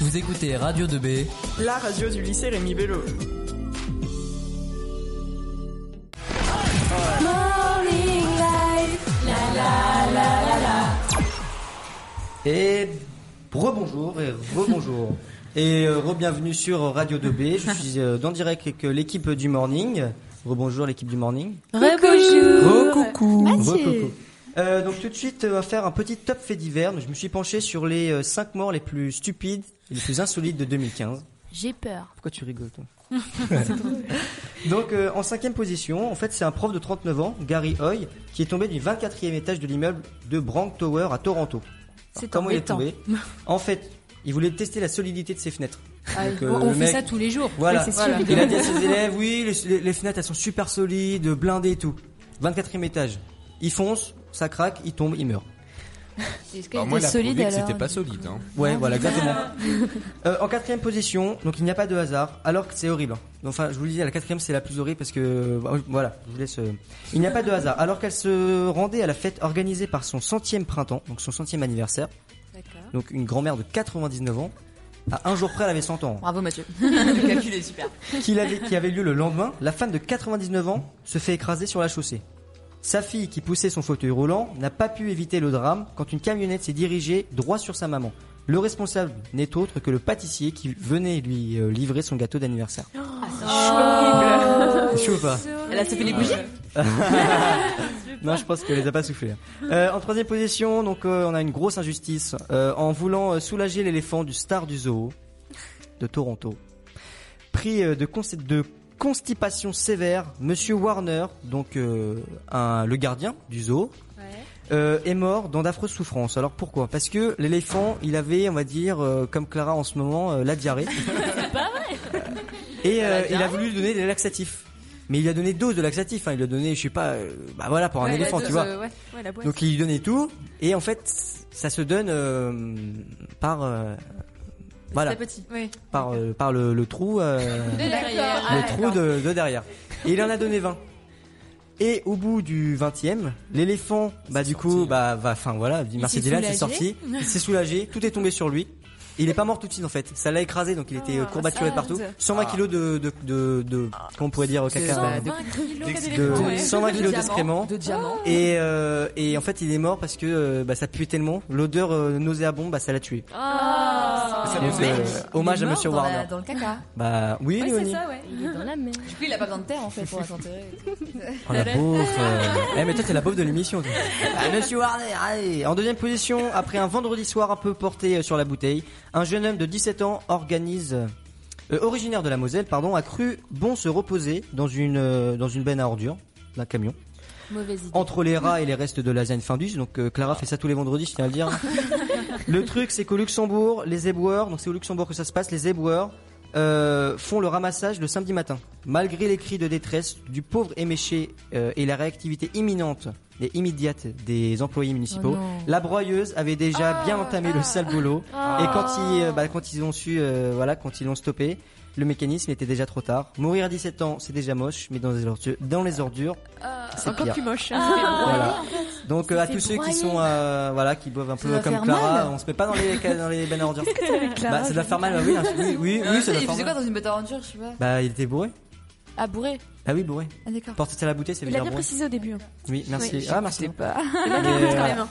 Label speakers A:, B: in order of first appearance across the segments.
A: Vous écoutez Radio 2B.
B: La radio du lycée Rémi Bello.
C: Et rebonjour et rebonjour. Et euh, re-bienvenue sur Radio 2B. Je suis euh, en direct avec euh, l'équipe du Morning. Rebonjour l'équipe du Morning.
D: Rebonjour.
C: Re-coucou. Euh, donc tout de suite, euh, on va faire un petit top fait divers. Donc, Je me suis penché sur les 5 morts les plus stupides et les plus insolites de 2015.
D: J'ai peur.
C: Pourquoi tu rigoles toi Donc euh, en cinquième position, en fait c'est un prof de 39 ans, Gary Hoy, qui est tombé du 24e étage de l'immeuble de Brank Tower à Toronto.
D: C'est
C: Alors, comment il est
D: embêtant.
C: tombé En fait, il voulait tester la solidité de ses fenêtres. Donc, euh,
D: Ah, on
C: le
D: fait
C: mec-
D: ça tous les jours.
C: Voilà.
D: Oui, c'est sûr.
C: Il a dit à ses élèves, oui, les, les- les fenêtres elles sont super solides, blindées et tout. 24e étage. Il fonce, ça craque, il tombe, il meurt.
D: Est-ce
E: Alors Bah, moi, la Covid, c'était pas solide. Hein.
C: Ouais, voilà, exactement. Euh, en quatrième position, donc il n'y a pas de hasard, alors que c'est horrible. hein. Enfin, je vous le disais, la quatrième c'est la plus horrible parce que euh, voilà, je vous laisse. euh, Il n'y a pas de hasard, alors qu'elle se rendait à la fête organisée par son centième printemps, donc son centième anniversaire. Donc une grand-mère de 99 ans. À un jour près, elle avait 100 ans.
D: Bravo Mathieu.
F: Le calcul est super.
C: Qu'il avait- qui avait lieu le lendemain, la femme de 99 ans se fait écraser sur la chaussée. Sa fille, qui poussait son fauteuil roulant, n'a pas pu éviter le drame quand une camionnette s'est dirigée droit sur sa maman. Le responsable n'est autre que le pâtissier qui venait lui euh, livrer son gâteau d'anniversaire. Ah, C'est chaud ou pas
F: Elle a soufflé les bougies
C: Non, je pense qu'elle les a pas soufflés. Euh, en troisième position, donc euh, on a une grosse injustice Euh, en voulant euh, soulager l'éléphant du star du zoo de Toronto. Pris euh, de, consti- de constipation sévère, Monsieur Warner, donc euh, un- le gardien du zoo, euh, est mort dans d'affreuses souffrances. Alors pourquoi Parce que l'éléphant, il avait, on va dire, euh, comme Clara en ce moment, euh, la diarrhée. Et euh, il a voulu lui donner des laxatifs. Mais il lui a donné dose de laxatif. Hein. Il lui a donné, je sais pas, euh, bah voilà, pour un éléphant, tu vois. Donc il lui donnait tout. Et en fait, ça se donne euh, par. euh, voilà,
F: petit.
C: par, euh, par le, le trou. euh,
D: Derrière.
F: Ah,
C: le trou de, de derrière. Et il en a donné 20. Et au bout du 20e, l'éléphant, bah du coup, bah, va, enfin voilà, dit merci
D: s'est
C: Dylan, c'est
D: soulagé.
C: sorti, il s'est soulagé, tout est tombé sur lui. Et il est pas mort tout de suite en fait, ça l'a écrasé donc il était
F: Ah,
C: euh, courbaturé de partout. 120 kilos de, de, de, de- qu'on pourrait dire caca, bah, de- de- 120 kilos d'excréments.
F: De diamant.
C: Et, euh, et en fait il est mort parce que euh, bah, ça puait tellement, l'odeur euh, nauséabonde, bah ça l'a tué.
F: Ah.
C: Donc, euh, hommage à Monsieur Warner.
F: Dans le caca.
C: Bah oui, Léonie.
D: Il est dans la mer.
F: Du coup, il a pas besoin de terre en fait pour s'enterrer.
C: Oh la beauf euh. Eh mais toi t'es la beauf de l'émission toi. Monsieur Warner allez. En deuxième position, après un vendredi soir un peu porté euh, sur la bouteille, un jeune homme de 17 ans organise... euh, originaire de la Moselle, pardon, a cru bon se reposer dans une, euh, dans une benne à ordures d'un camion.
D: Mauvaise idée.
C: Entre les rats et les restes de lasagne findus, donc euh, Clara fait ça tous les vendredis, je tiens à le dire. le truc, c'est qu'au Luxembourg, les éboueurs, donc c'est au Luxembourg que ça se passe, les éboueurs euh, font le ramassage le samedi matin. Malgré les cris de détresse du pauvre éméché euh, et la réactivité imminente et immédiate des employés municipaux, la broyeuse avait déjà bien entamé le sale boulot. Et quand ils, euh, bah, quand ils ont su, euh, voilà, quand ils l'ont stoppé, le mécanisme était déjà trop tard. Mourir à 17 ans, c'est déjà moche, mais dans les ordures, dans les ordures c'est pire.
F: moche.
C: Voilà. Donc euh, à tous ceux qui
D: broyer.
C: sont euh, voilà qui boivent un peu
F: doit
C: comme
F: faire
C: Clara,
F: mal.
C: on se met pas dans les dans les bennes à ordures. bah, ça doit faire mal. bah oui, hein, oui, oui, oui, ça doit
F: il faisait
C: faire
F: Ah, quoi
C: mal.
F: dans une bête aventure, je sais pas.
C: Bah il était bourré.
D: Ah, bourré.
C: Ah oui bourré.
F: Ah d'accord.
C: Porter à la bouteille, c'est veut
G: Il a
C: dire
G: bien
C: bourré.
G: précisé au début. hein.
C: Oui, merci. ah merci.
G: écoute,
C: Mais,
G: quand
C: voilà.
G: même.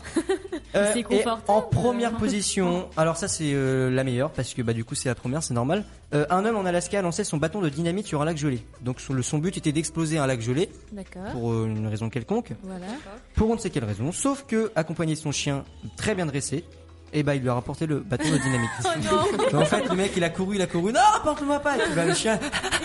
C: Euh,
D: C'est
C: et
D: confortable.
C: en première position, alors ça c'est euh, la meilleure parce que bah du coup c'est la première, c'est normal. Euh, un homme en Alaska a lancé son bâton de dynamite sur un lac gelé. Donc son, le- son but était d'exploser un lac gelé
D: D'accord.
C: pour euh, une raison quelconque.
D: Voilà.
C: pour on ne sait quelle raison, sauf que, accompagné de son chien très bien dressé, et bah il lui a rapporté le bâton de dynamite.
D: Oh
C: en fait, le mec il a couru, il a couru, non, porte-moi pas Et puis, bah, le chien.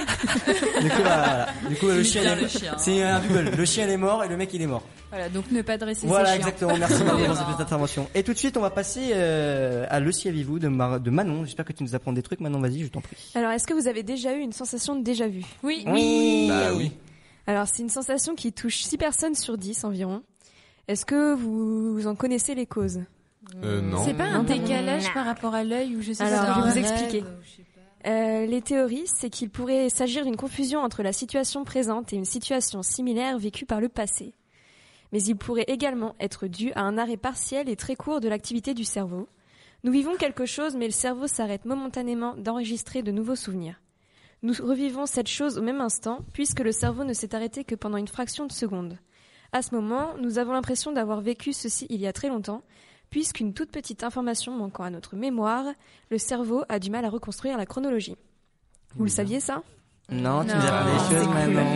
C: du coup, bah, voilà. Du coup, le
F: Imite
C: chien,
F: bien
C: il est-
F: le chien.
C: c'est un double. Le chien il est mort et le mec il est mort.
D: hein. Voilà, donc ne pas dresser
C: voilà,
D: ses chiens. Oh
C: exactement. Merci Marie pour cette
F: Voilà.
C: petite intervention. Et tout de suite, on va passer euh, à Le ciel vous de, Mar- de Manon. J'espère que tu nous apprends des trucs. Manon, vas-y, je t'en prie.
G: Alors, est-ce que vous avez déjà eu une sensation de déjà-vu
D: Oui.
C: Oui.
E: Bah oui.
G: Alors, c'est une sensation qui touche 6 personnes sur 10 environ. Est-ce que vous, vous en connaissez les causes
E: Euh, non.
D: C'est pas un décalage par rapport à l'œil ou je sais
G: Alors,
D: pas.
G: je vais
D: un
G: vous
D: rêve.
G: expliquer. Euh, Les théories, c'est qu'il pourrait s'agir d'une confusion entre la situation présente et une situation similaire vécue par le passé. Mais il pourrait également être dû à un arrêt partiel et très court de l'activité du cerveau, Nous vivons quelque chose, mais le cerveau s'arrête momentanément d'enregistrer de nouveaux souvenirs. Nous revivons cette chose au même instant, puisque le cerveau ne s'est arrêté que pendant une fraction de seconde. À ce moment, nous avons l'impression d'avoir vécu ceci il y a très longtemps, puisqu'une toute petite information manquant à notre mémoire, le cerveau a du mal à reconstruire la chronologie. Vous le saviez ça
C: Non, tu
D: Non.
C: nous apprends des choses,
D: C'est cool.
C: maman.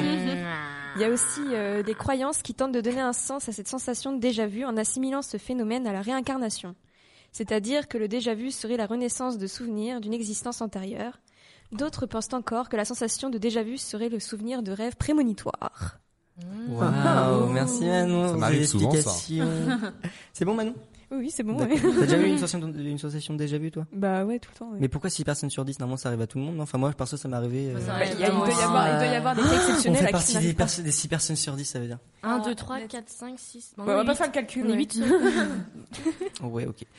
G: Il y a aussi euh, des croyances qui tentent de donner un sens à cette sensation de déjà-vu en assimilant ce phénomène à la réincarnation. C'est-à-dire que le déjà-vu serait la renaissance de souvenirs d'une existence antérieure. D'autres pensent encore que la sensation de déjà-vu serait le souvenir de rêves prémonitoires.
C: Waouh, merci Manon.
E: Ça
C: pour
E: m'arrive
C: les
E: souvent, ça.
C: explications. C'est bon Manon
G: Oui, c'est bon.
C: D'accord. T'as déjà eu une sensation, de- une sensation de déjà vu toi
G: Bah ouais, tout le temps.
C: Mais pourquoi 6 personnes sur 10 Normalement ça arrive à tout le monde. non Enfin moi perso ça m'est arrivé. euh,
F: Ouais, il y a- il doit y avoir- il doit y avoir
G: Ah,
F: des cas
C: On
G: exceptionnels
C: fait partie des, perso- des 6 personnes sur 10 ça veut dire.
A: 1, 2, 3, 4, 5, 6.
F: on va pas faire le calcul.
A: On est
F: ouais.
A: huit sur-
C: Ouais ok.